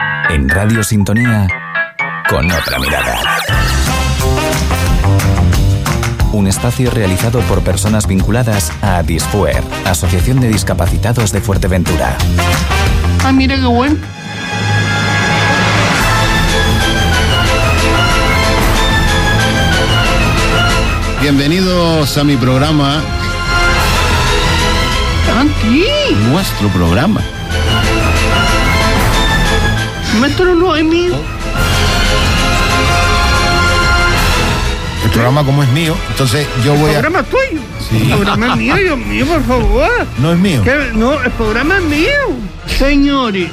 Radio Sintonía con otra mirada. Un espacio realizado por personas vinculadas a Disfuer, Asociación de Discapacitados de Fuerteventura. Ah, mira qué bueno. Bienvenidos a mi programa, Santi, nuestro programa. mételo en mí. El programa como es mío, entonces yo voy a... Programa tuyo. Sí. Programa mío, Dios mío, por favor. No es mío. Que- No, el programa es mío. Señores,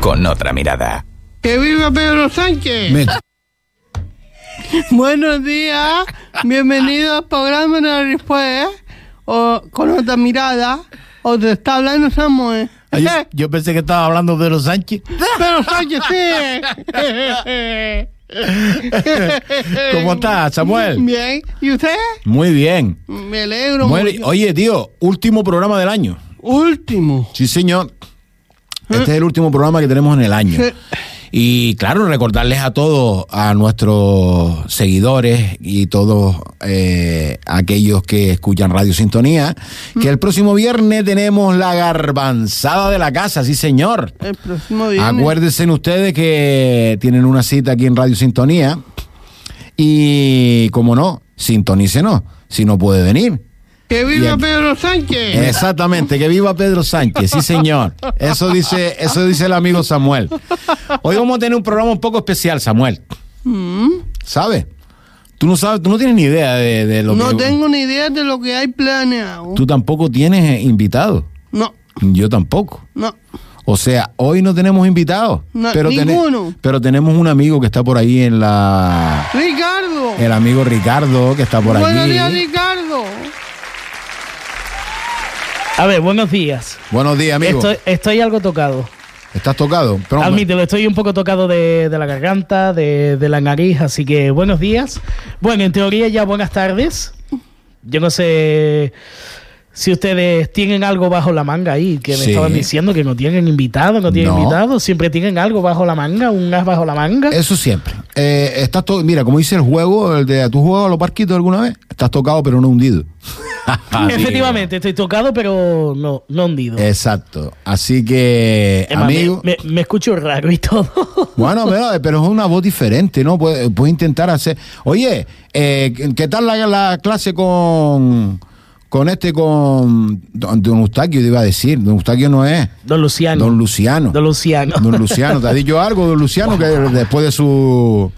Con otra mirada. que viva Pedro Sánchez. Me- Buenos días, bienvenidos al programa de después, ¿eh? o con otra mirada, o te está hablando Samuel. Eh, Ah, Yo, yo pensé que estaba hablando de los Sánchez. Pedro Sánchez, sí. ¿Cómo estás, Samuel? Bien, ¿y usted? Muy bien. Me alegro. Muy- mucho. Oye, tío, último programa del año. Último. Sí, señor. Este es el último programa que tenemos en el año. Sí. Y claro, recordarles a todos, a nuestros seguidores y todos eh, aquellos que escuchan Radio Sintonía, que el próximo viernes tenemos la garbanzada de la casa, sí señor. El próximo viernes. Acuérdense ustedes que tienen una cita aquí en Radio Sintonía. Y como no, sintonícenos. Si no puede venir. Que viva Bien. Pedro Sánchez. Exactamente, que viva Pedro Sánchez, sí señor. Eso dice, eso dice el amigo Samuel. Hoy vamos a tener un programa un poco especial, Samuel. ¿Sabes? Tú no sabes, tú no tienes ni idea de, de lo no que. tengo ni idea de lo que hay planeado. Tú tampoco tienes eh, invitado. No, Yo tampoco. no. O sea, hoy no tenemos invitados. No, pero tene- ninguno. pero tenemos un amigo que está por ahí en la. Ricardo. El amigo Ricardo, que está Eh, por Buenos allí. días, Ricardo. A ver, buenos días. Buenos días, amigo. Estoy, estoy algo tocado. ¿Estás tocado? Pero, Admítelo, estoy un poco tocado de, de la garganta, de, de la nariz, así que buenos días. Bueno, en teoría ya buenas tardes. Yo no sé si ustedes tienen algo bajo la manga ahí, que me Sí. estaban diciendo que no tienen invitado, no tienen No. invitado, siempre tienen algo bajo la manga, un as bajo la manga. Eso siempre. Eh, estás to- Mira, como dice el juego, el de ¿tú jugado a los barquitos alguna vez? Estás tocado pero no hundido. Efectivamente, estoy tocado, pero no, no hundido. Exacto. Así que, Es más, me- Eh, amigo. me- me escucho raro y todo. Bueno, pero, pero es una voz diferente, ¿no? Puedes, puedes intentar hacer. Oye, eh, ¿qué tal la, la clase con con este, con Don, don Eustaquio, te iba a decir? Don Eustaquio no es. Don Luciano. Don Luciano. Don Luciano. Don Luciano, ¿te ha dicho algo, don Luciano, que después de su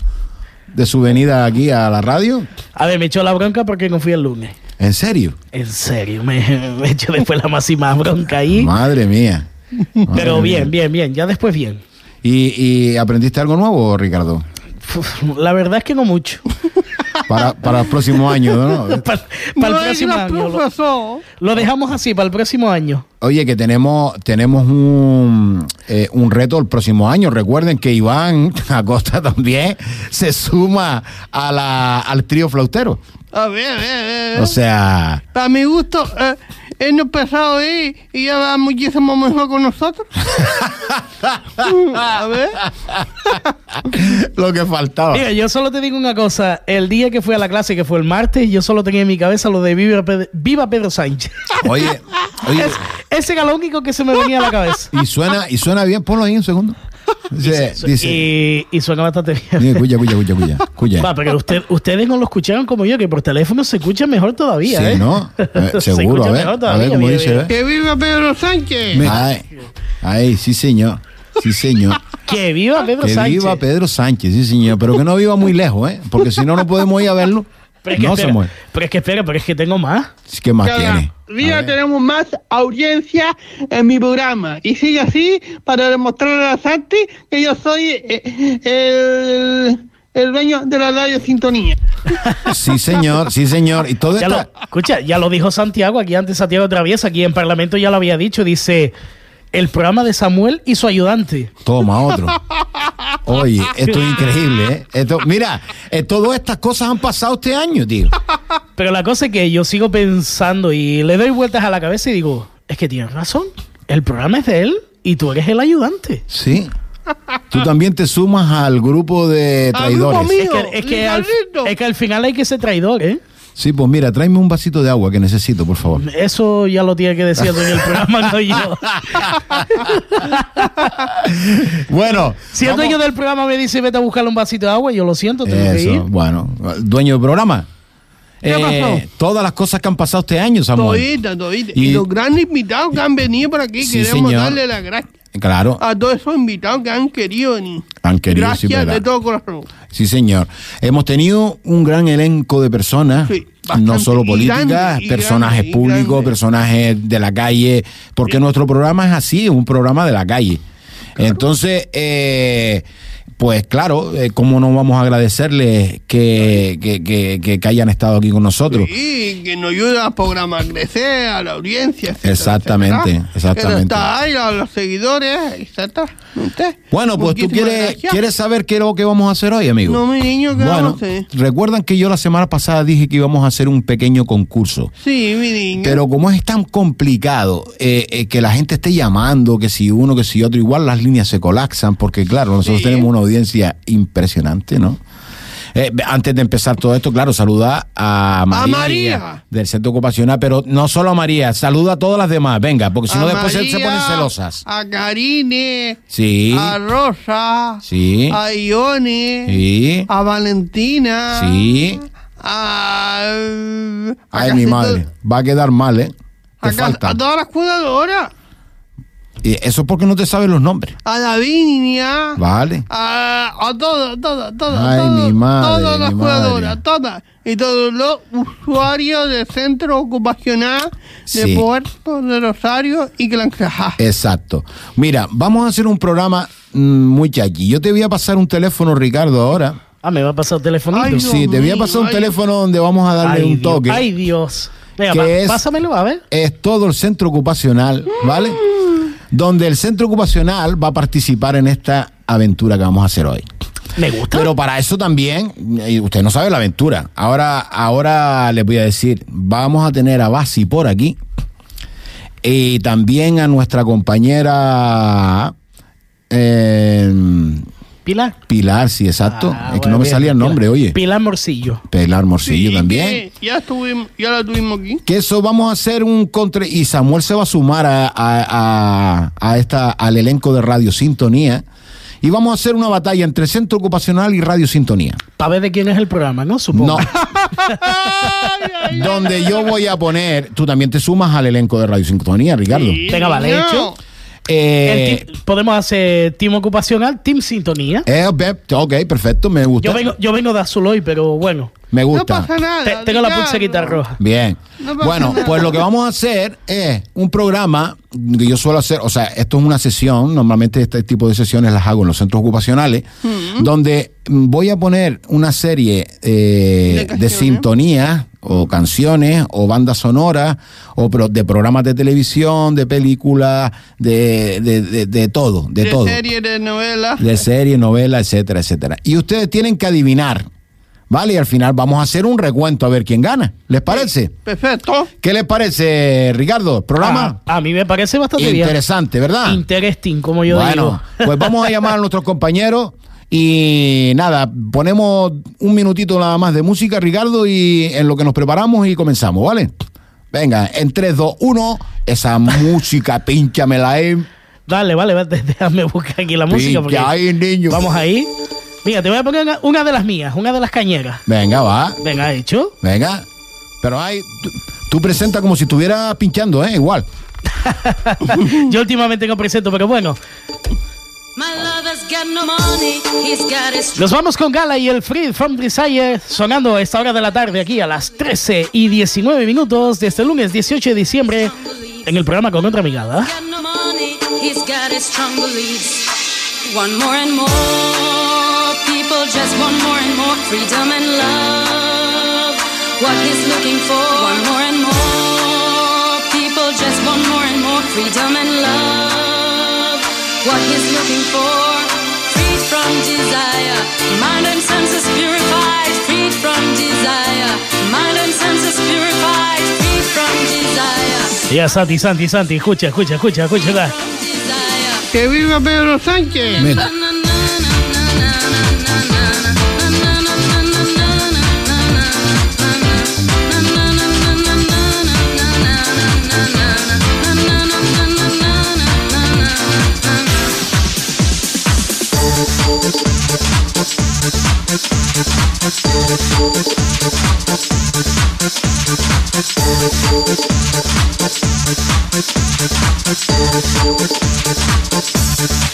de su venida aquí a la radio? A ver, me echó la bronca porque no fui el lunes. ¿En serio? En serio, me, me echó después la máxima bronca ahí. Madre mía. Pero bien, bien, bien, ya después bien. ¿Y, y aprendiste algo nuevo, Ricardo? Uf, La verdad es que no mucho. Para, para el próximo año, ¿no? Para no el próximo era año. Lo, profesor. lo dejamos así, para el próximo año. Oye, que tenemos, tenemos un, eh, un reto el próximo año. Recuerden que Iván Acosta también se suma a la, al trío flautero. A ver, a ver, a ver. O sea, Para mi gusto, eh, él no empezado ahí y ya va muchísimo mejor con nosotros. Mm, a ver. lo que faltaba. Mira, yo solo te digo una cosa. El día que fui a la clase, que fue el martes, yo solo tenía en mi cabeza lo de Viva Pedro, Viva Pedro Sánchez. Oye, oye. Es- ese era lo único que se me venía a la cabeza. Y suena, y suena bien, ponlo ahí un segundo. Dice, dice. Y, y suena bastante bien. Dice, Cuya, cuya, cuya, cuya, cuya. Va, pero usted- ustedes no lo escucharon como yo, que por teléfono se escucha mejor todavía. Sí, ¿eh? ¿no? Eh, Se seguro, a escucha ver. mejor A todavía, ver cómo mira, dice, mira. ¿eh? Que viva Pedro Sánchez. Ay, ay, sí, señor. Sí, señor. Que viva Pedro Que Sánchez. viva Pedro Sánchez, sí, señor. Pero que no viva muy lejos, ¿eh? Porque si no, no podemos ir a verlo. Pero es que No, espera, Samuel. Pero es que espera, pero es que tengo más. ¿Qué más tiene? Cada día A ver. tenemos más audiencia en mi programa. Y sigue así para demostrarle a Santi que yo soy eh, el, el dueño de la radio Sintonía. Sí, señor, sí, señor. Y todo Ya lo- está. escucha, ya lo dijo Santiago, aquí antes Santiago Traviesa, aquí en Parlamento ya lo había dicho, dice el programa de Samuel y su ayudante. Toma otro. Oye, esto es increíble, ¿eh? Esto, mira, eh, todas estas cosas han pasado este año, tío. Pero la cosa es que yo sigo pensando y le doy vueltas a la cabeza y digo, es que tiene razón, el programa es de él y tú eres el ayudante. Sí. Tú también te sumas al grupo de Al grupo traidores. mío. Es que, es que al, Leonardo. es que al final hay que ser traidor, ¿eh? Sí, pues mira, tráeme un vasito de agua que necesito, por favor. Eso ya lo tiene que decir en el programa, no yo. Bueno, Si el vamos- dueño del programa me dice vete a buscarle un vasito de agua, yo lo siento, tengo que Eso, ir. bueno, dueño del programa. Eh, ¿Qué pasó? Todas las cosas que han pasado este año, Samuel. Todita, todita. Y- Y, los grandes invitados que han venido por aquí, Sí, queremos señor. darle las gracias Claro, a todos esos invitados que han querido venir. han querido sí, gracias ¿verdad? de todo corazón. Sí, señor. Hemos tenido un gran elenco de personas, Sí, bastante, no solo y políticas, grande, y personajes grande, y públicos, grande. personajes de la calle, porque nuestro programa es así, es un programa de la calle. Entonces, eh, pues claro, eh, ¿cómo no vamos a agradecerles que, que- que- que- que hayan estado aquí con nosotros? Sí, que nos ayuda al programa a crecer, a la audiencia. etcétera, Exactamente, etcétera. exactamente. Que está ahí, a los seguidores, exactamente. Bueno, pues tú Muchísimas quieres, gracias. quieres saber qué es lo que vamos a hacer hoy, amigo. No, mi niño, que bueno, no sé. recuerdan que yo la semana pasada dije que íbamos a hacer un pequeño concurso. Sí, mi niño. Pero como es tan complicado eh, eh, que la gente esté llamando, que si uno, que si otro, igual las líneas se colapsan, porque claro, nosotros Sí. tenemos una audiencia impresionante, ¿no? Eh, antes de empezar todo esto, claro, saluda a María, María. del Centro Ocupacional, pero no solo a María, saluda a todas las demás, venga, porque si A no después se- se María, ponen celosas. A Karine, Sí, a Rosa, sí, a Ione, sí, a Valentina, sí. a, a Ay, casi mi to- madre, va a quedar mal, ¿eh? Te a, ca- falta. a todas las cuidadoras, Y Eso es porque no te sabes los nombres, a Davinia, ¿vale? a, a todas, todas, todas, Ay, todas, mi madre, todas las mi madre. cuidadoras, todas, y todos los usuarios del centro ocupacional de Sí. Puerto de Rosario y Clancaja. Exacto. Mira, vamos a hacer un programa mm, muy chaki. Yo te voy a pasar un teléfono, Ricardo, ahora. Ah, me va a pasar el telefonito. Ay, Dios Sí, te voy a pasar un mío, ay. teléfono donde vamos a darle Ay, un Dios. toque. Ay, Dios. Venga, Que va- es- pásamelo, a ver. Es todo el centro ocupacional, ¿vale? Mm. Donde el centro ocupacional va a participar en esta aventura que vamos a hacer hoy. Me gusta. Pero para eso también, eh, usted no sabe la aventura. Ahora, ahora les voy a decir, vamos a tener a Basi por aquí. Y también a nuestra compañera. eh, Pilar. Pilar, sí, exacto. Ah, es que bueno, no me bien, salía el Pilar. nombre, oye. Pilar Morcillo. Pilar Morcillo Sí, también. que Ya, estuvimos, ya la tuvimos aquí. Que eso vamos a hacer un contra. Y Samuel se va a sumar a, a- a- a esta, al elenco de Radio Sintonía. Y vamos a hacer una batalla entre Centro Ocupacional y Radio Sintonía. Para ver de quién es el programa, ¿no? No, Supongo. donde yo voy a poner. Tú también te sumas al elenco de Radio Sintonía, Ricardo. Venga, vale, hecho. Eh, El ti- podemos hacer team ocupacional, team sintonía. eh, ok, ok, perfecto, me gusta. Yo vengo, yo vengo de Azuloy, pero bueno. me No gusta. pasa nada. Te- tengo la Ricardo. pulserita roja. Bien. No pasa bueno, nada. pues lo que vamos a hacer es un programa que yo suelo hacer, o sea, esto es una sesión, normalmente este tipo de sesiones las hago en los centros ocupacionales, donde mm, voy a poner una serie eh, De de, canciones. sintonías o canciones o bandas sonoras o pro- de programas de televisión, de películas, de, de, de- de todo, de, de todo. serie, de novela. De serie, novela, etcétera, etcétera. Y ustedes tienen que adivinar, ¿vale? Y al final vamos a hacer un recuento a ver quién gana. ¿Les parece? Perfecto. ¿Qué les parece, Ricardo? Programa Ah, a mí me parece bastante bien. interesante, ¿verdad? Interesting, como yo digo. Bueno, pues vamos a llamar a nuestros compañeros y nada, ponemos un minutito nada más de música, Ricardo, y en lo que nos preparamos y comenzamos, ¿vale? Venga, en 3, 2, 1, esa música, pínchamela ahí. Dale, vale, vale, déjame buscar aquí la música. Porque Pincha ahí, niño. Vamos ahí. Mira, te voy a poner una, una de las mías, una de las cañeras. Venga, va. Venga, hecho. Venga. Pero ahí, tú, tú presenta como si estuviera pinchando, ¿eh? Igual. Yo últimamente no presento, pero bueno. My lover's got no money, he's got his Nos vamos con Gala y el Free from Desire sonando a esta hora de la tarde aquí a las 13 y 19 minutos desde el lunes 18 de diciembre en el programa con otra amigada. got no money, he's got his strong beliefs. One more and more people just want more and more freedom and love. What he's looking for, one more and more people just want more and more freedom and love. What he's looking for, freed from desire, mind and senses purified, freed from desire, mind and senses purified, freed from desire. Ya, Santi, Santi, Santi, escucha, escucha, escucha, escucha. Desire, ¡Que viva Pedro Sánchez! Mira.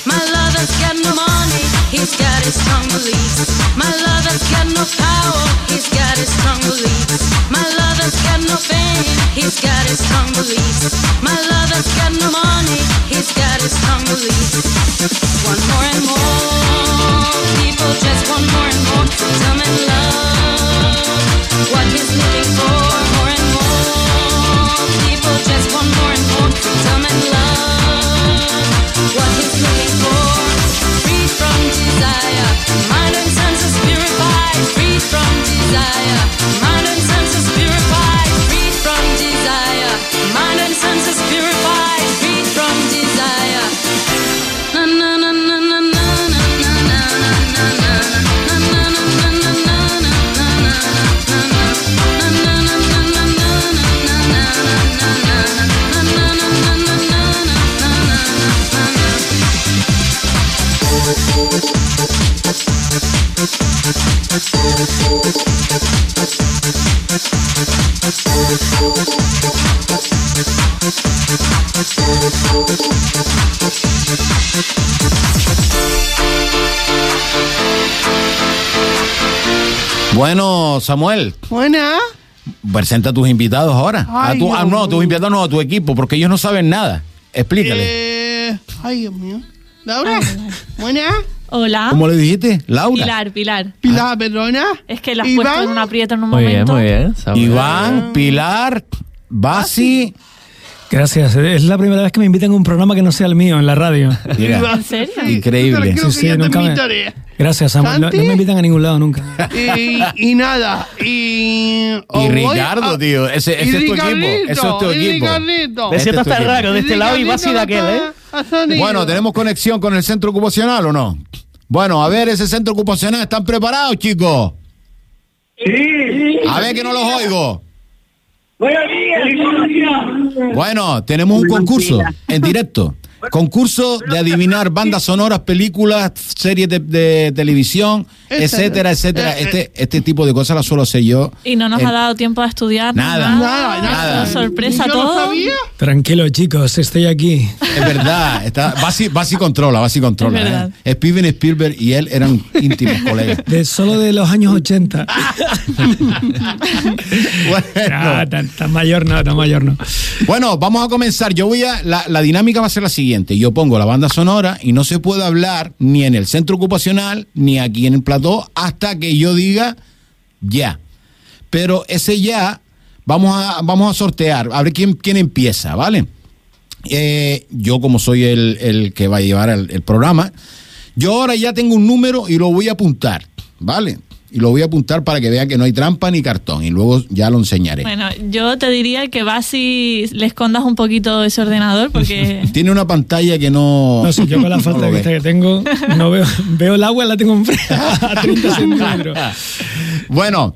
My lover's got no money, he's got his strong beliefs. My lover's got no power, he's got his strong beliefs. My lover's got no fame, he's got his strong beliefs. My lover's got no money, he's got his strong beliefs. One more and more people just want more and more freedom and love. What he's looking for, more and more people just want more and more freedom and love. What he's looking for, free from desire, mind and senses purified, free from desire, mind and senses purified, free from desire, mind and senses purified, free from desire. Na na na na na na na na na na na na na na na na Bueno, Samuel, Buena. presenta a tus invitados ahora. Ay, a tu, ah, Dios no, a tus mío. invitados no, a tu equipo, porque ellos no saben nada. Explícale. Eh, ay, Dios mío. Laura. Buena. Hola. ¿Cómo le dijiste? Laura. Pilar, Pilar. Pilar, Ah. perdona. Es que la has Iván, puesto en un aprieto en un Muy bien, momento. muy bien. Samuel. Ah. Iván, Pilar, Basi. Gracias. Es la primera vez que me invitan a un programa que no sea el mío en la radio. Mira, Iván, ¿En serio? sí, Increíble. yo te creo Sí, que sí, ya te nunca me- invitaré. Gracias, Samuel. No, no me invitan a ningún lado nunca. y, y nada. Y, o voy Y Ricardo, tío, ese- y ese es tu equipo, Ricardito, eso es tu y equipo. Ricardito. Me Este siento es tu hasta equipo. raro de este lado y va así de aquel, ¿eh? Bueno, tenemos conexión con el centro ocupacional o no? Bueno, a ver, ese centro ocupacional, ¿están preparados, chicos? Sí. A ver que no los oigo. Bueno, tenemos un concurso en directo. Concurso de adivinar bandas sonoras, películas, series de, de televisión, etcétera, etcétera. Eh, Este, este tipo de cosas las suelo hacer yo. Y no nos en- ha dado tiempo a estudiar. Nada. Nada, nada. Una Sorpresa Yo todo. no sabía. Tranquilo, chicos, estoy aquí. Es verdad, está, Basi, Basi controla, Basi controla. Es verdad. ¿eh? Steven Spielberg y él eran íntimos colegas. De, solo de los años 80. Ah, Bueno, No, tan, tan mayor no, tan mayor no. Bueno, vamos a comenzar. Yo voy a. La, la dinámica va a ser la siguiente. Yo pongo la banda sonora y no se puede hablar ni en el centro ocupacional ni aquí en el plató hasta que yo diga ya. Pero ese ya vamos a, vamos a sortear, a ver quién, quién empieza, ¿vale? Eh, yo, como soy el, el que va a llevar el, el programa, yo ahora ya tengo un número y lo voy a apuntar, ¿vale? Y lo voy a apuntar para que vean que no hay trampa ni cartón. Y luego ya lo enseñaré. Bueno, yo te diría que vas y le escondas un poquito ese ordenador porque Tiene una pantalla que no. No sé, yo con la falta no de lo vista ve. que tengo, no veo, veo el agua, la tengo enfrente a 30 centímetros. Bueno,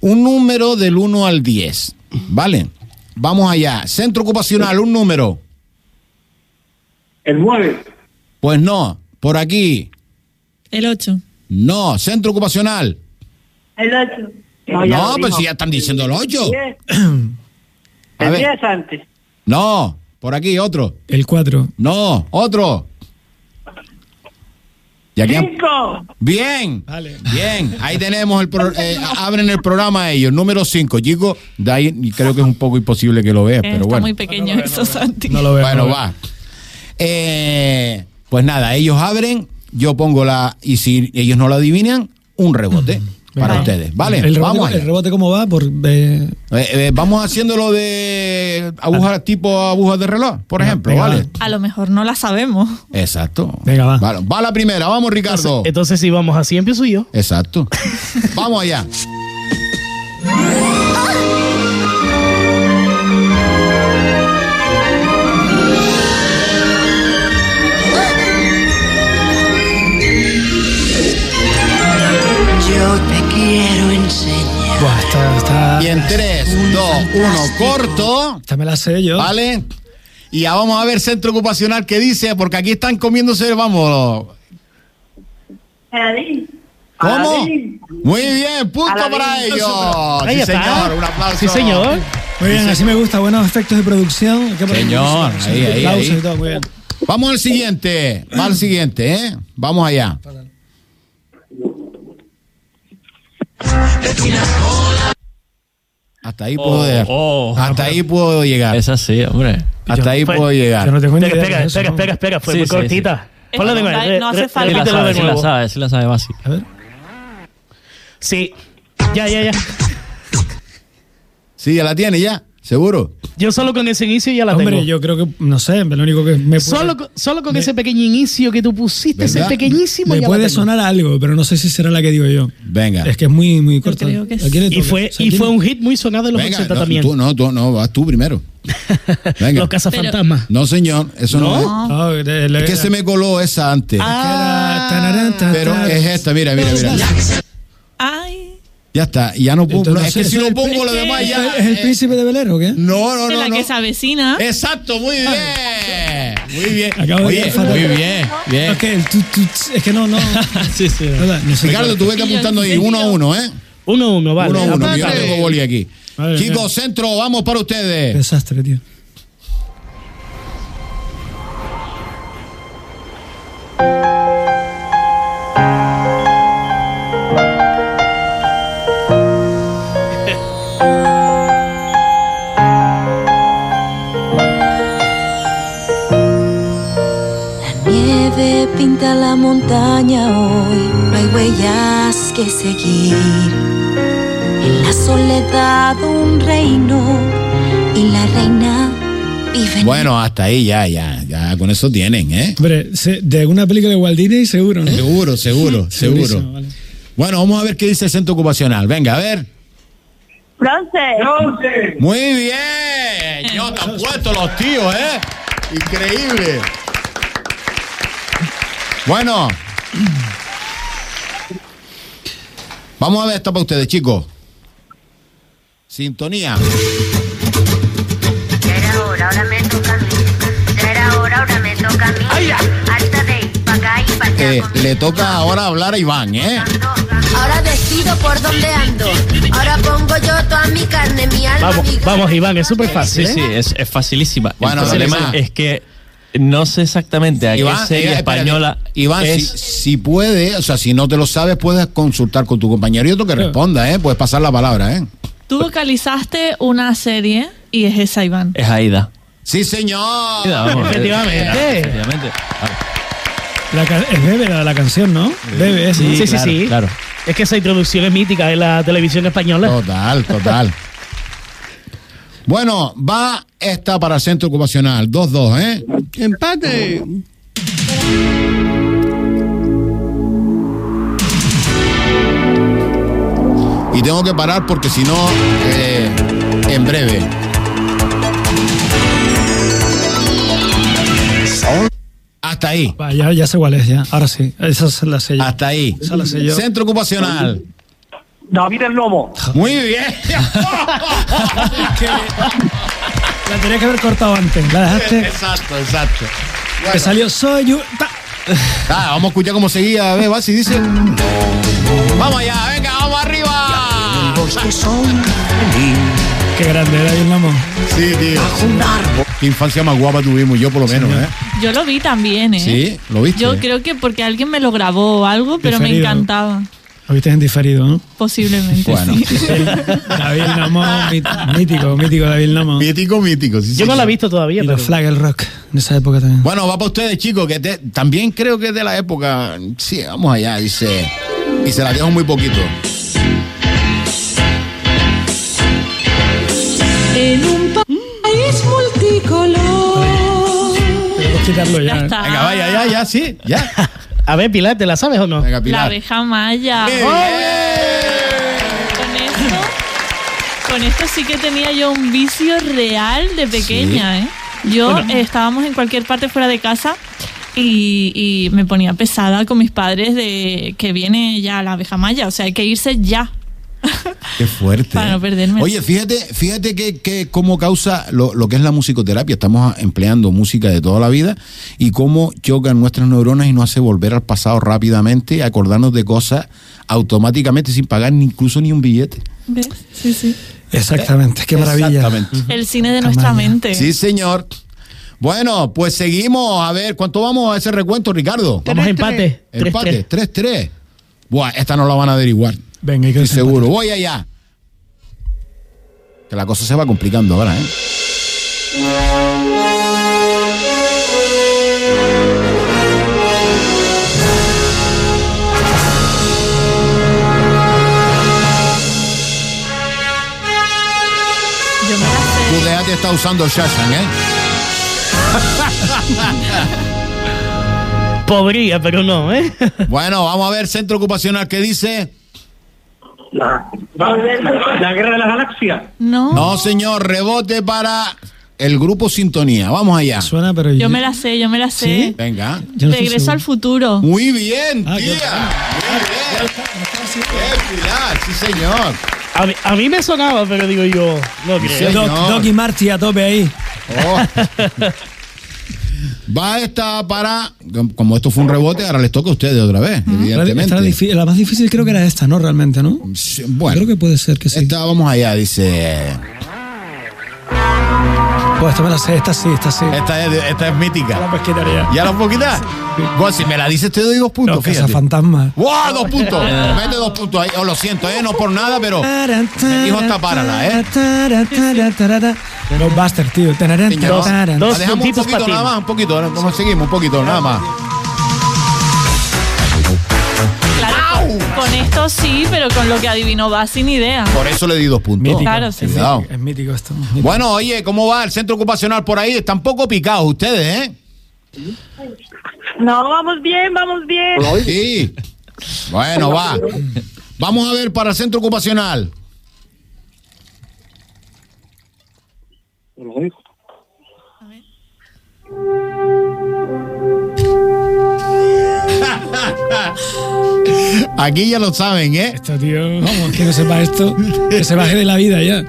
un número del 1 al 10. ¿Vale? Vamos allá. Centro ocupacional, un número. El 9. Pues no. Por aquí. el 8. No. Centro ocupacional. El 8. No, pues si ya están diciendo el 8. A El ver. 10 antes. No. Por aquí, otro. El 4. No. Otro. Ya quedan- 5. Bien. Vale. Bien. Ahí tenemos el pro- eh, abren el programa ellos. Número 5. Chico, de ahí creo que es un poco imposible que lo veas, pero Eh, Está bueno. muy pequeño eso, Santi. No lo veo. Bueno, no lo va. Eh, pues nada, ellos abren, yo pongo la. Y si ellos no lo adivinan, un rebote para Vale. ustedes. veo. ¿Vale? El rebote, vamos, allá. el rebote cómo va por eh, Eh, eh, vamos haciéndolo de agujas tipo agujas de reloj, por ejemplo, venga, ¿vale? va. A lo mejor no la sabemos. Exacto. Venga, va. Vale, va la primera, vamos, Ricardo. ¿eh? Entonces, si vamos así, empiezo yo. Exacto. vamos allá. Thank Buah, esta, esta, Y en 3, 2, 1, corto. esta me la sé yo. ¿Vale? Y ya vamos a ver centro ocupacional que dice, porque aquí están comiéndose, vamos. Aladín. ¿Cómo? Aladín. Muy bien, punto Aladín. para ellos. Ahí Sí, está. señor, un aplauso. Sí, señor. Muy bien, así me gusta. Buenos efectos de producción. ¿Qué Señor, ponemos? ahí, ahí, Aplausos ahí. y todo, muy bien. Vamos al siguiente, va al siguiente, ¿eh? Vamos allá. Hasta ahí puedo llegar. oh. Hasta ahí puedo llegar. Esa sí, hombre. Hasta ahí fue- puedo Yo no llegar. tengo Espera, ni idea. espera, de eso, espera, ¿no? espera, espera, fue Sí, muy sí, sí. cortita. Es Ponla de normal, nuevo, re- no hace re- falta. Sí la repítelo de sabe, sí la nuevo. sabe, sí la sabe Basi. A ver. Sí. Ya, ya, ya. Sí, ya la tiene, ya, seguro. Yo solo con ese inicio ya la tengo. Hombre, yo creo que, no sé, lo único que me puede, Solo, co- solo con ese pequeño inicio que tú pusiste, ese ¿Verdad? pequeñísimo. me ya la puede tengo. sonar a algo, pero no sé si será la que digo yo. Venga. Es que es muy, muy corta. creo que ¿A sí. quién le Y toca? fue, O sea, y ¿quién- fue un hit muy sonado en los Venga, 80 no, también. tú no, tú no, vas tú primero. Venga. Los cazafantasmas. No, señor, eso no, No, Ah, de- es. le- Es que se me coló esa antes. Era tanarán, tan- Pero tan- es esta, mira, mira, mira. Ya, Ay, está, ya no pongo. Entonces, es que si es no el pongo príncipe- lo demás ya. eh, ¿Es el príncipe de Belero o qué? No, no, de no, la no. Eh. que se avecina. Exacto, muy bien. Muy bien. Acabo de Oye, ver fatal. muy bien, bien. Es que el tu- tu- tz, es que no, no. Ah, Sí, sí. Hola, no sé Ricardo, tú vete apuntando ahí, uno a uno, ¿eh? Uno a uno, vale. uno a uno, que yo no aparte. tengo boli aquí. Vale, Pues- Chicos, centro, vamos para qué ustedes. desastre, tío. Nieve pinta la montaña hoy, no hay huellas que seguir. En la soledad un reino y la reina vive en Bueno, hasta ahí ya, ya, ya con eso tienen, ¿eh? Hombre, se- de alguna película de Walt Disney seguro, ¿no? Seguro, seguro, Segurísimo, seguro. vale. Bueno, vamos a ver qué dice el centro ocupacional. Venga, a ver. Bronce. Entonces, Muy bien. Yo te han puesto los tíos, ¿eh? Increíble. Bueno. Vamos a ver esto para ustedes, chicos. Sintonía. Ya era hora, ahora me toca a mí. Ya era hora, ahora me toca a mí. Harta de ir pa' acá y pa' allá Eh, con mi le toca ahora hablar a Iván, ¿eh? Ahora decido por dónde ando. Ahora pongo yo toda mi carne, mi alma. mi Vamos, gana. vamos, Iván, es ¿eh? súper fácil. Sí, sí, es, es facilísima. Bueno, el problema facilísima. es que no sé exactamente a qué serie Iván, espérate. española Iván, es. si, si puede, o sea, si no te lo sabes, puedes consultar con tu compañero y otro que responda, ¿eh? Puedes pasar la palabra, ¿eh? Tú vocalizaste una serie y es esa, Iván. Eh. Es Aida. Sí, señor. Aida, vamos. Efectivamente. Efectivamente. La ca- es Bebe la de la canción, ¿no? Bebe, es, ¿no? ¿eh? Sí, sí, claro, sí. claro. Es que esa introducción es mítica de la televisión Oh, española. Total, total. Bueno, va esta para centro ocupacional. 2-2, ¿eh? empate. Y tengo que parar porque si no, eh, en breve. Hasta ahí, Va, ya, ya sé cuál es, ya. Ahora sí. Esa es la Ah, sella. hasta ahí. Esa la sé yo. Centro ocupacional. David el Lomo. Muy bien. La tenías que haber cortado antes. La dejaste. exacto, exacto. Te salió soy yo. ta- Ah, vamos a escuchar cómo seguía. A ver, va si dice. Vamos allá, venga, vamos arriba. Qué grande, David Lamón. Sí, tío. Qué infancia más guapa tuvimos, yo por lo menos, ¿eh? Yo lo vi también, ¿eh? Sí, lo viste. Yo creo que porque alguien me lo grabó o algo, pero me Diferido. encantaba. Lo viste en diferido, ¿no? Posiblemente. Bueno. sí. David Lamón, mit- mítico, mítico David Lamón. Y Mítico, mítico. sí, Yo sí, no la he sí. visto todavía, pero los Flagel Rock en esa época también. Bueno, va para ustedes, chicos, que te- también creo que es de la época. Sí, vamos allá, dice. Y se la dejo muy poquito. En un país multicolor. Podemos quitarlo ya. Ya ¿eh? está. Venga, vaya, ya, ya, sí, ya. A ver, Pilar, ¿te la sabes o no? Venga, La Pilar. abeja maya. Muy bien. Con esto, con esto sí que tenía yo un vicio real de pequeña, ¿eh? Yo eh, estábamos en cualquier parte fuera de casa y, y me ponía pesada con mis padres de que viene ya la abeja maya, o sea, hay que irse ya. Qué fuerte. ¿eh? Para no perderme. Oye, fíjate, fíjate que, que cómo causa lo, lo que es la musicoterapia. Estamos empleando música de toda la vida y cómo chocan nuestras neuronas y nos hace volver al pasado rápidamente, acordarnos de cosas automáticamente sin pagar ni incluso ni un billete. ¿Ves? Sí, sí. Exactamente, qué maravilla. Exactamente. El cine de nuestra Tamaño. mente. Sí, señor. Bueno, pues seguimos. A ver, ¿cuánto vamos a ese recuento, Ricardo? Vamos a empate. 3-3. Empate, 3-3. Buah, esta no la van a averiguar. Venga, hay que Estoy seguro. Voy allá. Que la cosa se va complicando ahora, ¿eh? Yo me la Tú sé. déjate está usando Shashan, ¿eh? Podría, pero no, ¿eh? Bueno, vamos a ver centro ocupacional que dice. La, la guerra de las galaxias. No. No, señor, rebote para el grupo Sintonía. Vamos allá. Suena, pero Yo me la sé, yo me la sé. ¿Sí? Venga. yo no estoy Regreso al seguro. futuro. Muy bien, tía. Ah, Muy qué bien. Qué Pilar, sí, señor. A mí, a mí me sonaba, pero digo yo, no Sí, creo. Doc, señor. Doc y Marty a tope ahí. Oh. Va esta para. Como esto fue un rebote, ahora les toca a ustedes otra vez, Esta era evidentemente. difí- la más difícil creo que era esta, ¿no? Realmente, ¿no? Sí, Bueno, Creo que puede ser que sí. esta vamos allá, dice. Pues esta me la sé, esta sí, esta sí. Esta es, esta es mítica. pues quitaría. ¿Ya la puedo quitar? Bueno, si me la dices, te doy dos puntos. Los fíjate. cazafantasmas. ¡Wow! Dos puntos. Ah. Mete dos puntos ahí. Oh, lo siento, ¿eh? No por nada, pero. Me dijo hasta párala, ¿eh? Los Buster, tío. Niña, Dos- vamos. dos La dejamos un puntitos poquito para ti. nada más, un poquito. ¿no? Vamos, seguimos un poquito, nada más. Claro, con esto sí, pero con lo que adivinó va sin idea. Por eso le di dos puntos. Mítico. Claro, sí, sí. Cuidado. Es mítico esto. mítico. Bueno, oye, ¿cómo va el centro ocupacional por ahí? Están poco picados ustedes, ¿eh? No, vamos bien, vamos bien. Sí. Bueno, va. Vamos a ver para el centro ocupacional. Aquí ya lo saben, ¿eh? Esto, tío, vamos, que no sepa esto, que se baje de la vida ya.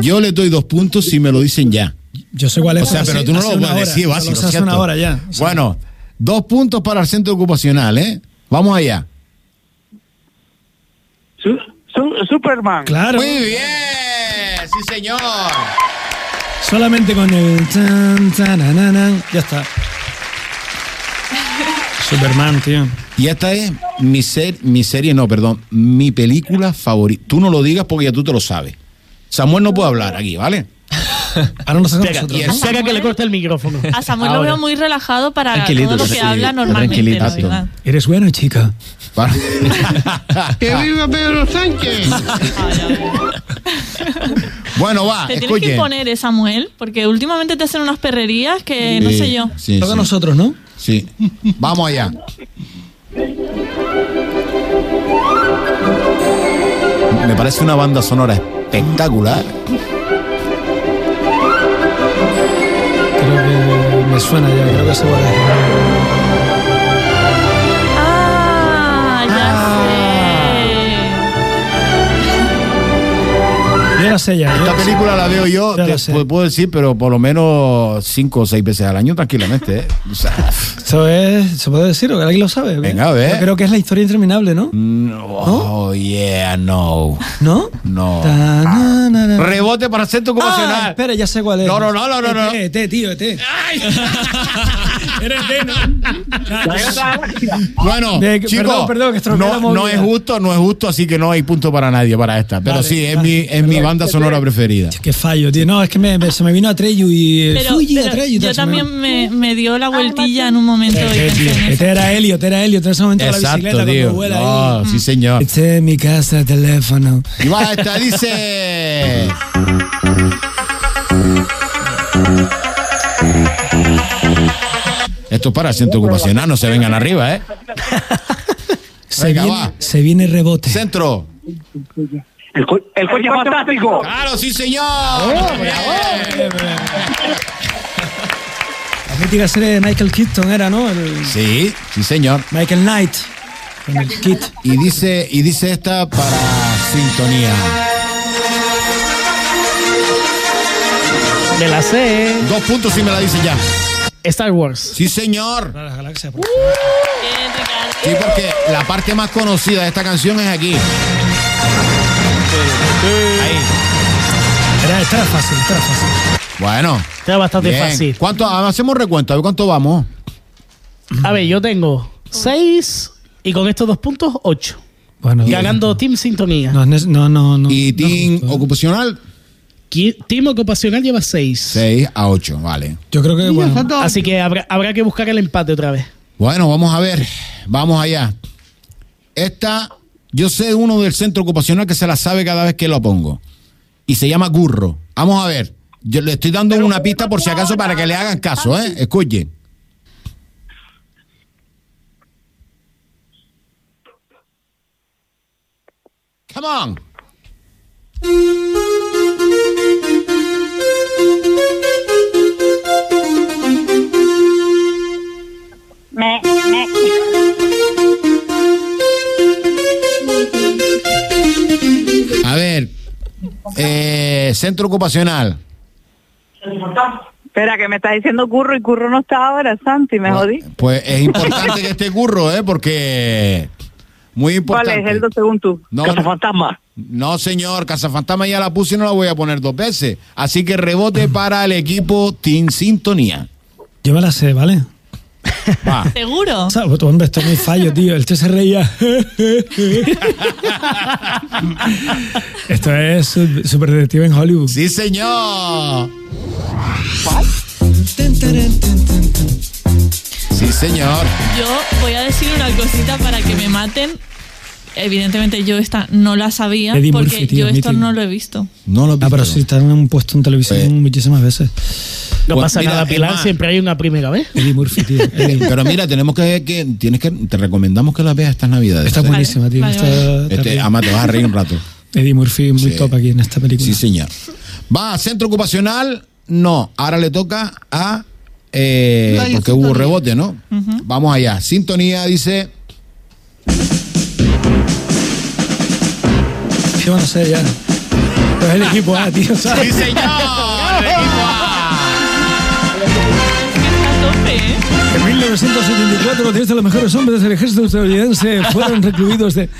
Yo le doy dos puntos si me lo dicen ya. Yo sé cuál es. O sea, hace- pero tú no hace lo una puedes hora, decir, o sea, básico, lo sé hace ¿cierto? una hora ya. o sea, Bueno, dos puntos para el centro ocupacional, ¿eh? Vamos allá. Su- su- Superman. Claro, Muy bien, sí señor. solamente con el tan, tan, na, na, na, ya está. Superman, tío. Y esta es mi, ser, mi serie, no, perdón, mi película favorita. Tú no lo digas porque ya tú te lo sabes. Samuel no puede hablar aquí, ¿vale? Ahora nos hacemos Espera, nosotros. y ¿no? el- espera que le corte el micrófono. A Samuel lo Ahora. veo muy relajado para Tranquilito, todo lo que tranquilito, habla normalmente, la tranquilito. verdad. Eres bueno, chica. Para- ¡Que viva Pedro Sánchez! bueno, va, Ah, Te tienes que escuchen. imponer, eh, Samuel, porque últimamente te hacen unas perrerías que no Sí, sé yo. sí, Toca a sí. nosotros, ¿no? Sí. Vamos allá. Me parece una banda sonora espectacular. Creo que me suena ya, creo que se puede. Ah, ya Yo la sé ya. yo Esta la sé. película la veo yo, Ya te lo sé. pu- puedo decir, pero por lo menos cinco o seis veces al año tranquilamente. ¿eh? O sea, Esto es, ¿se puede decir? ¿O que ¿Alguien lo sabe? o qué? Venga, a ver. Mm, Yo creo que es la historia interminable, ¿no? no, oh, yeah, no. ¿No? No. Ta- na- na- na- Rebote para centro Ah, ocupacional. espera, ya sé cuál es. No, no, no, no, no, no. ET, ET, tío, ET. Eres ET, ¿no? La guerra de las galaxias. bueno, De- chicos, perdón, perdón, que estropeé la no, no movida. es justo, no es justo, así que no hay punto para nadie para esta. Pero Vale, sí, es vale, mi, es mi banda sonora preferida. Qué fallo, tío. No, es que me, me- se me vino Atreyu y. eh, Pero, Fuji, pero Atreyu, yo tal, se me- también me, me dio la vueltilla en un momento. y ET, pensé tío. en ET eso. Este era Elliot, era Elliot. En ese momento de la Exacto, bicicleta tío. Ah, cuando vuela No, ahí. sí, señor. Este es mi casa, teléfono. Y va esta, dice. Esto es para centro ocupacional, no se vengan arriba, ¿eh? Se, Venga, va. viene, se viene rebote. Centro. El, co- el coche fantástico. Oh, Claro, sí, señor. Bien. Hombre, hombre. mítica serie de Michael Keaton era, ¿no? El- Sí, sí, señor. Michael Knight. Con el kit. Y dice, y dice esta para sintonía. Me la sé. Dos puntos si me la dice ya. Star Wars. Sí, señor. Uh. Para las galaxias. Bien, Ricardo. Sí, porque la parte más conocida de esta canción es aquí. Era, esta era fácil, esta era fácil. Bueno. Está bastante bien. fácil. ¿Cuánto? ah, Hacemos recuento, a ver cuánto vamos. A ver, yo tengo 6 y con estos dos puntos, 8. Bueno, Ganando Team Sintonía. No, no, no, no, no. Y Team justo, ¿eh? Ocupacional, Qui- Team Ocupacional lleva 6. 6 a 8, vale. Yo creo que, bueno, nosotros- Así que habrá, habrá que buscar el empate otra vez. Bueno, vamos a ver. Vamos allá. Esta, yo sé uno del centro ocupacional que se la sabe cada vez que lo pongo. Y se llama Curro. Vamos a ver. Yo le estoy dando una pista por si acaso para que le hagan caso, ¿eh? Escuchen. Come on. Me, me. A ver. eh, centro ocupacional. Espera, que me estás diciendo curro y curro no está ahora, Santi, me jodí. Pues es importante que esté Curro, ¿eh? Porque... Muy ¿Cuál importante. es el dos según tú? No, Casa no. Fantasma. No, señor, Cazafantasma ya la puse y no la voy a poner dos veces. Así que rebote para el equipo Team Sintonía. yo me la sé, ¿vale? Va. ¿Seguro? O sea, pues, hombre, esto es muy fallo, tío. El tío se reía. esto es su- super detective en Hollywood. Sí, señor. Sí, señor. Yo voy a decir una cosita para que me maten. Evidentemente yo esta no la sabía Eddie porque Murphy, tío, yo esto mítico. no lo he visto. No lo Ah, pero sí, está en un puesto en televisión Eh. muchísimas veces. No Bueno, pasa mira, nada, es Pilar. más- Siempre hay una primera vez. Eddie Murphy, tío. Eddie. Pero mira, tenemos que, que- tienes que te recomendamos que la veas estas Navidades. Está O sea, buenísima, tío. vale, Está- vale. está este, bien. ama, te vas a reír un rato. Eddie Murphy muy Sí. top aquí en esta película. Sí, señor. Va, centro ocupacional. No, ahora le toca a. eh, Vaya, porque hubo sintonía. rebote, ¿no? Vamos allá. Sintonía dice. Yo no sé ya. Pero es el equipo A, tío, ¿sabes? ¡Sí, señor! El equipo A. Es que está a tope, ¿eh? En 1974, 10 de los mejores hombres del ejército estadounidense fueron recluidos de-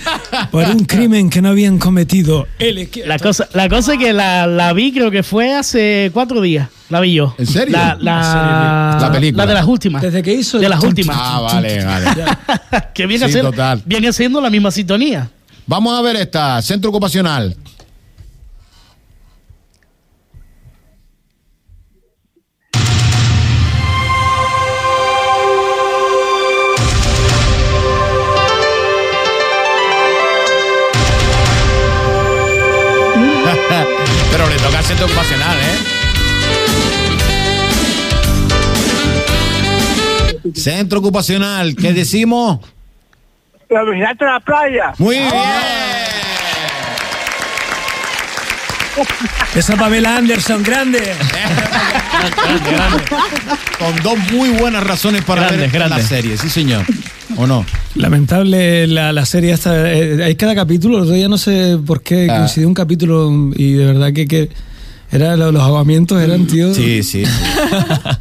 por un crimen que no habían cometido. El equi- La cosa, la cosa es que la, la vi, creo que fue hace cuatro días. La vi yo. ¿En serio? La, la, La película. La de las últimas. Desde que hizo. De las últimas. Ah, vale, vale. que viene, Sí, a ser- total. viene haciendo la misma sintonía. Vamos a ver esta. Centro ocupacional. Pero le toca al centro ocupacional, ¿eh? Centro ocupacional, ¿qué decimos? La vigilante de la playa. Muy bien. Esa Pamela Anderson, grande. Con dos muy buenas razones para Grande, ver grande. la serie, sí señor. ¿O no? Lamentable la, la serie esta. eh, hay cada capítulo, el otro día no sé por qué Ah. coincidió un capítulo y de verdad que, que era lo- los ahogamientos eran, tío. Mm, sí.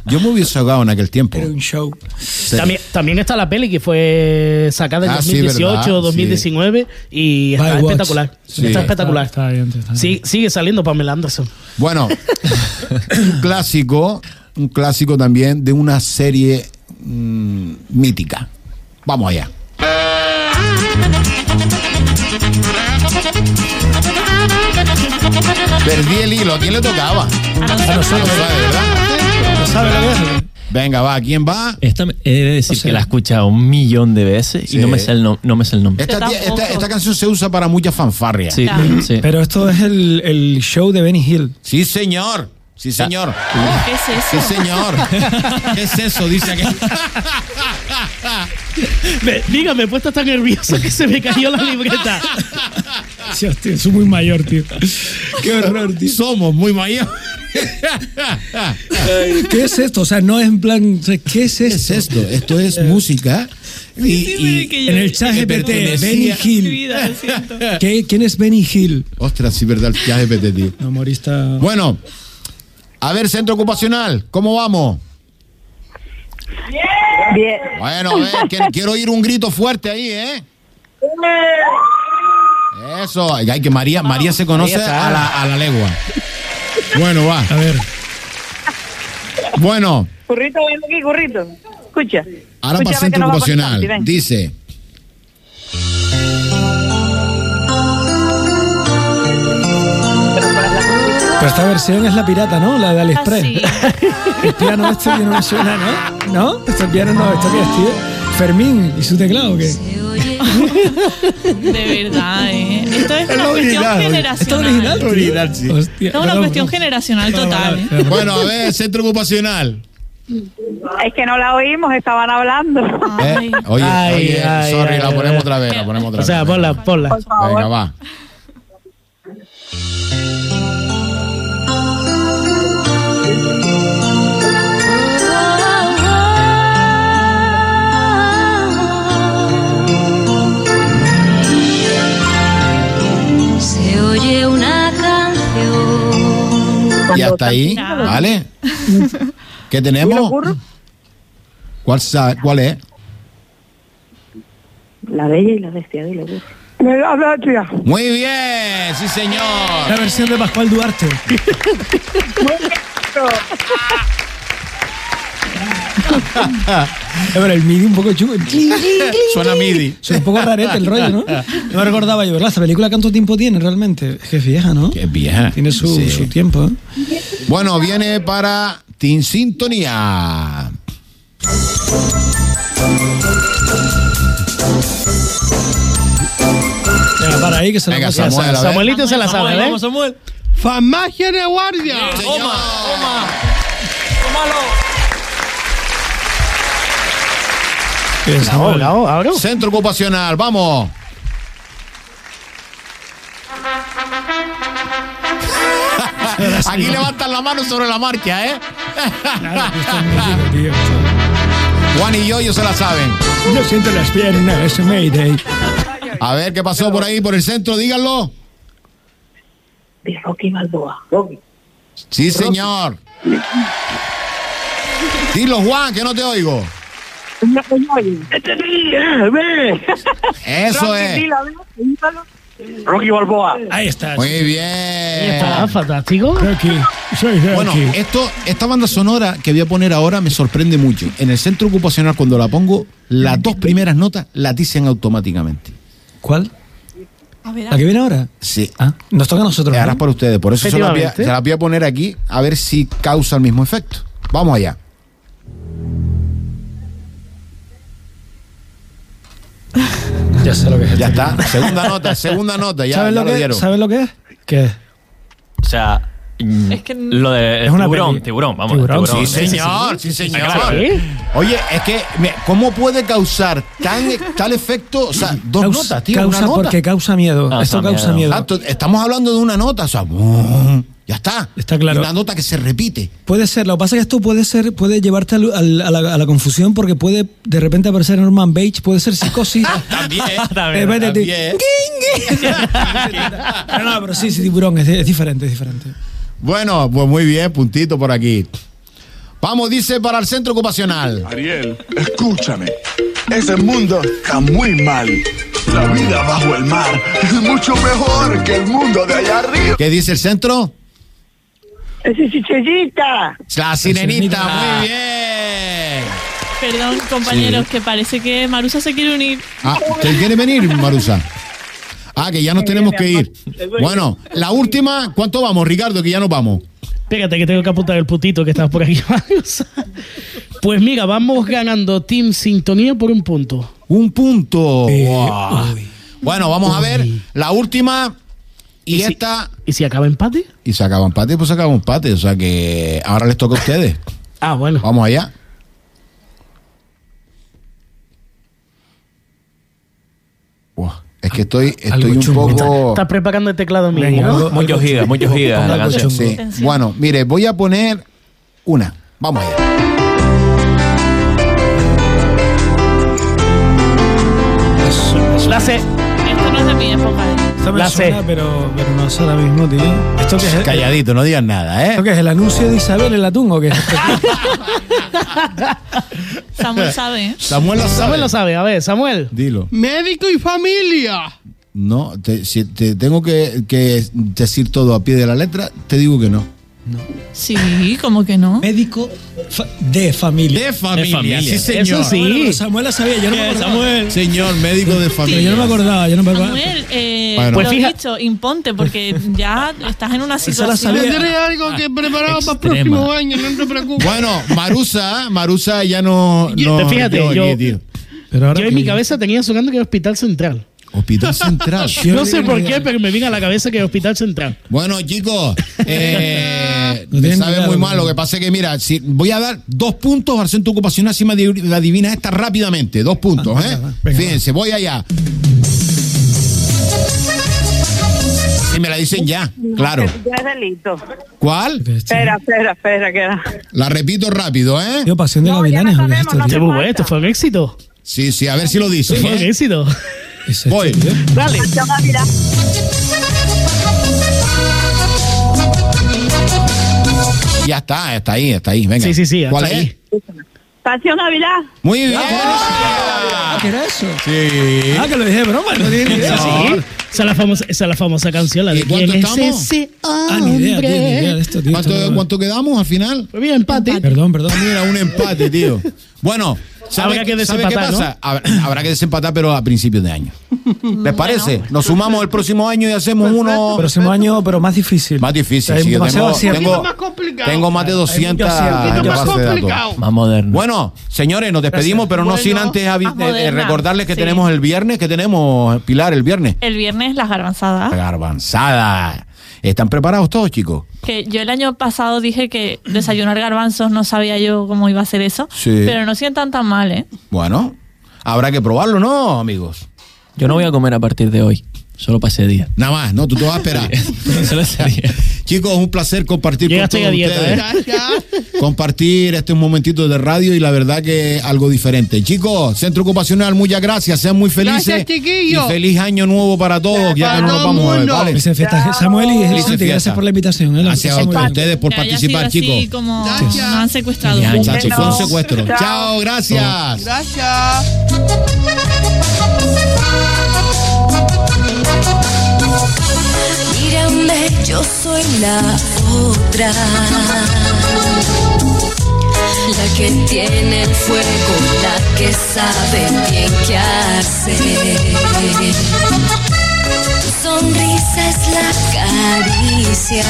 Yo me hubiese ahogado en aquel tiempo. Era un show. Sí. También, también está la peli que fue sacada en Ah, sí, 2018, verdad, sí. 2019 y está By Watch. espectacular. Sí. Está espectacular. Está bien, tío, está bien. Sí, sigue saliendo Pamela Anderson. Bueno, un clásico, un clásico también de una serie mm, mítica. Vamos allá. Perdí el hilo, ¿a quién le tocaba? A nosotros, ¿verdad? ¿No sabe lo que es? Venga, va, ¿quién va? Esta me- he de decir O sea- que la he escuchado un millón de veces Sí. y no me sé el, nom- no me sé el nombre. Esta, tía- esta- tampoco. esta canción se usa para muchas fanfarrias. Sí, Claro. sí. Pero esto es el, el show de Benny Hill. Sí, señor. Sí, señor. ¿Qué es eso? Sí, señor. ¿Qué es eso? Dice aquí. Me- dígame, he puesto tan nervioso que se me cayó la libreta. Dios, tío, soy muy mayor, tío. Qué horror, tío. Somos muy mayores. Ay, ¿Qué es esto? O sea, no es en plan, ¿qué es esto? es esto? Esto es música. Y, y- En el chat que GPT, Benny pertenecía- Hill. ¿Qué- ¿Quién es Benny Hill? Ostras, sí, verdad, el chat GPT, tío. No, Morista. Bueno, a ver, centro ocupacional, ¿cómo vamos? Bien. Bueno, eh, que- quiero oír un grito fuerte ahí, ¿eh? Eso, ay, ay, que María, María se conoce María sabe. a la, a la legua. Bueno, va. A ver. Bueno, Currito, ven aquí, currito. Escucha. ahora Escúchame para que centro nos va a poner ocupacional. Santi, ven. Dice. Pero esta versión es la pirata, ¿no? La de Ah, Aliexpress. El piano este que no me suena, ¿no? ¿No? Este piano no, esto qué es, tío. Fermín y su teclado, o ¿qué? De verdad, ¿eh? Esto es, una cuestión ¿Está generacional. original? tío? Original, sí. Hostia, Es una perdón, cuestión perdón. generacional total. ¿eh? Bueno, a ver, centro ocupacional. Es que no la oímos, estaban hablando. Eh, oye, Ay, oye, ay, sorry, ay, la ay, ponemos ay. otra vez, la ponemos otra O sea, vez. ponla, ponla. Por favor. Venga, va. Se oye una canción. Y hasta ahí, ¿vale? ¿Y ¿Qué el tenemos? curro? ¿Cuál, sa- cuál es? La bella y la bestia, dile, curro. La bestia. Muy bien, sí La señor. versión de Pascual Duarte. A ver, el MIDI un poco chulo. Suena MIDI. Soy un poco rarete el rollo, ¿no? No recordaba yo, ¿verdad? Esta película, ¿cuánto tiempo tiene realmente? Es que es vieja, ¿no? Qué vieja. Tiene su, Sí. su tiempo, ¿eh? Bueno, viene para Team Ah, Sintonía. Venga, para ahí que se lo Venga, pase a Samuel, a ver. Samuelito se la sabe, ¿eh? Vamos, Samuel. ¡Famagia de guardia! Toma, toma. Bien, Samuel. Ahora, ahora, ahora. Centro ocupacional, vamos. Aquí levantan la mano sobre la marcha, ¿eh? Claro, que esto es música, tío. Juan y yo, yo se la saben. No siento las piernas, es Mayday. A ver qué pasó por ahí, por el centro, díganlo. De Rocky Balboa. Rocky. Sí, señor. Dilo, Juan, que no te oigo. No, no, Este oye. Eso Rocky, es. dile, a ver, dígalo. Rocky Balboa. Ahí está. Muy Ahí está, bien. fantástico. Rocky, soy Rocky. Bueno, esto, esta banda sonora que voy a poner ahora me sorprende mucho. En el centro ocupacional, cuando la pongo, las dos primeras notas la dicen automáticamente. ¿Cuál? A ver, a ¿La que ver. viene ahora? Sí. Ah, nos toca a nosotros. Ahora ¿no? es para ustedes, por eso se las, voy a, Efectivamente. se las voy a poner aquí a ver si causa el mismo efecto. Vamos allá. Ya sé lo que es. Ya esto. está. Segunda nota, segunda nota. Ya, ¿Sabes ya lo lo que es? dieron. ¿Sabes lo que es? ¿Qué? O sea, mm, Es que no- lo de Es una tiburón, peli. tiburón, vamos. Tiburón, Sí, Sí, señor, sí, señor. Claro. ¿Sí? Oye, es que, me- ¿cómo puede causar tan, e, tal efecto? O sea, dos Causa- notas, tío, causa una nota. porque causa miedo. Causa Esto causa miedo. miedo. Ah, to- estamos hablando de una nota, o sea, ¡bum! ya está. Está claro. Y Una nota que se repite. Puede ser, lo que pasa es que esto puede ser, puede llevarte al- al- a, la, a la confusión porque puede de repente aparecer Norman Bates, puede ser psicosis. También, Eh, también. vete, también. tío. Pero no, pero sí, sí, tiburón, es, es diferente, es diferente. Bueno, pues muy bien, puntito por aquí. Vamos, dice, para el centro ocupacional. Ariel, escúchame. Ese mundo está muy mal. La vida bajo el mar es mucho mejor que el mundo de allá arriba. ¿Qué dice el centro? Es chichillita. La sirenita, sirenita. muy bien. Perdón, compañeros, que parece que Marusa se quiere unir. Ah, ¿te quiere venir, Marusa? Ah, que ya nos tenemos que ir. Bueno, la última, ¿cuánto vamos, Ricardo? Que ya nos vamos. Espérate que tengo que apuntar el putito que está por aquí. pues mira, vamos ganando Team Sintonía por un punto. Un punto. Eh, Guau. uy. Bueno, vamos a ver Uy. la última y, si- esta. ¿Y si acaba empate? Y se acaba empate, pues se acaba empate. O sea que ahora les toca a ustedes. Ah, bueno. Vamos allá. Buah, es que que estoy, estoy un poco. Estás preparando el teclado mío. ¿no? Muchos gigas, muchos gigas la Sí. canción. Sí. Bueno, mire, voy a poner una. Vamos allá. La sé. Esto no es de mi época. ¿eh? Esta me La suena, sé. pero, pero no sé ahora mismo, tío. ¿Esto qué es? Calladito, no digas nada, ¿eh? ¿Esto qué es? ¿El anuncio de Isabel el atún o qué? Samuel sabe, ¿eh? Samuel lo sabe. Samuel lo sabe. A ver, Samuel. Dilo. Médico y familia. No, te, si te tengo que, que decir todo a pie de la letra, te digo que no. Sí, como que no. Médico fa- de familia. De familia, familia. sí señor. Eso sí. Pero Samuel la sabía, yo no me Eh, acordaba. Samuel. Señor médico de Pero yo familia. no me acordaba, yo no me acordaba. Samuel, eh, Bueno. Pues lo fija- he dicho, imponte, porque ya estás en una la situación. sabía. Yo tendré algo que preparado para el Extrema. próximo año, no te preocupes. Bueno, Marusa, Marusa ya no. Yo- no- te fíjate, no, yo- ni, tío. Pero ahora Yo en que- mi cabeza tenía sonando que era Hospital Central. Hospital Central. Yo No sé digo por que- qué, pero me vino a la cabeza que era Hospital Central. Bueno, chicos, eh, No me tienen sabe idea, muy no. mal. Lo que pasa es que, mira, si, voy a dar dos puntos al centro ocupacional si me adiv- la adivina esta rápidamente. Dos puntos, Ah, ¿eh? venga, venga. Fíjense, voy allá. Si me la dicen ya, claro. Ya es delito. ¿Cuál? este Espera, espera, espera, que era. La repito rápido, ¿eh? Tío, pasión de No, ya gavilanes. la ¿o qué es sabemos, esto, la tío? Qué falta. bueno, esto fue un éxito. Sí, sí, a ver si lo Esto dicen. fue un ¿eh? éxito. ¿Qué es esto, Voy. tío? Dale. Ya está, está ahí, está ahí. Venga. Sí, sí, sí, ¿Cuál hasta es? ahí. Pasión Navidad. Muy bien. Ah, ¿qué era eso? Sí. Ah, que lo dije de broma, no tiene ni idea. Sí. Esa es la famosa, esa es la famosa canción, la ¿Y de cuánto quién es estamos? ese Ah, ni idea, tío, ni idea de hombre. esto, tío. Esto ¿Cuánto, no- ¿Cuánto quedamos al final? Pues bien, empate. Perdón, perdón. Mira, un empate, tío. Bueno, ¿sabe, Habrá que ¿sabe qué desempatar, ¿no? pasa? Hab- Habrá que desempatar, pero a principios de año. ¿Les parece? Nos sumamos el próximo año y hacemos uno Próximo año, pero más difícil. más difícil. Hay sí, yo demasiado tengo, acierto. tengo, Es más complicado. tengo más de 200 mucho acierto. en Esto es más base de datos. complicado. Más moderno. Bueno, señores, nos despedimos, pero no Bueno, sin antes avi- más eh, eh, moderna, recordarles que sí. tenemos el viernes, que tenemos, Pilar, el viernes. El viernes las Ah. garbanzadas. Garbanzada. ¿Están preparados todos, chicos? Que yo el año pasado dije que desayunar garbanzos no sabía yo cómo iba a ser eso. Sí. Pero no sientan tan mal, ¿eh? Bueno, habrá que probarlo, ¿no, amigos? Yo no voy a comer a partir de hoy. Solo para ese día. Nada más, no, tú te vas a esperar. Solo ese día. Chicos, un placer compartir Yo ya con estoy todos a dieta, ¿eh? ustedes. Gracias. Compartir este momentito de radio y la verdad que algo diferente. Chicos, Centro Ocupacional, muchas gracias. Sean muy felices. Gracias, chiquillos. Y feliz año nuevo para todos, ya que Para no nos todo vamos a ver, mundo. ¿vale? Felices fiestas, Samuel y Felices Santi, fiestas. gracias por la invitación. ¿eh? Lo Gracias a pasé muy bien. ustedes por Que haya participar, sido así chicos. como Gracias. nos han secuestrado. Genial, Chachi, fue un Besos. secuestro. Chao. Chao, gracias. Gracias. Mírame, yo soy la otra. La que tiene el fuego, la que sabe bien qué hacer. Tu sonrisa es la caricia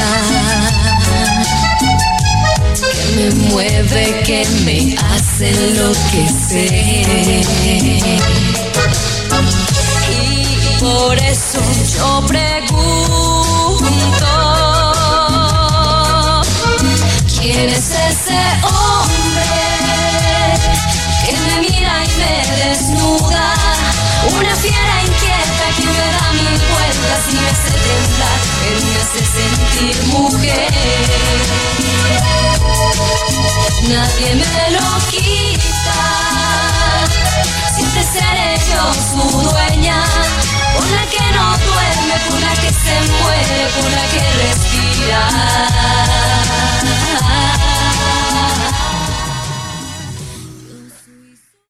que me mueve, que me hace enloquecer. Y por eso yo pregunto, ¿quién es ese hombre que me mira y me desnuda? Una fiera inquieta que me da mil vueltas y me hace temblar, pero me hace sentir mujer. Nadie me lo quita siempre seré yo su dueña, por la que no duerme, por la que se muere, por la